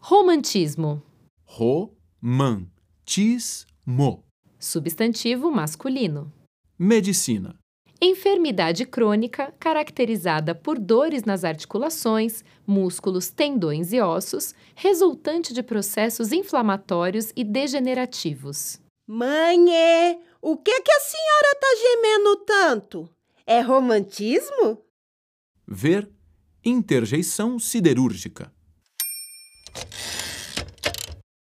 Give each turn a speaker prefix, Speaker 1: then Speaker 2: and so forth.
Speaker 1: Romantismo.
Speaker 2: Romantismo.
Speaker 1: Substantivo masculino.
Speaker 2: Medicina.
Speaker 1: Enfermidade crônica caracterizada por dores nas articulações, músculos, tendões e ossos, resultante de processos inflamatórios e degenerativos.
Speaker 3: Mãe, é, o que que a senhora tá gemendo tanto? É romantismo?
Speaker 2: Ver interjeição siderúrgica.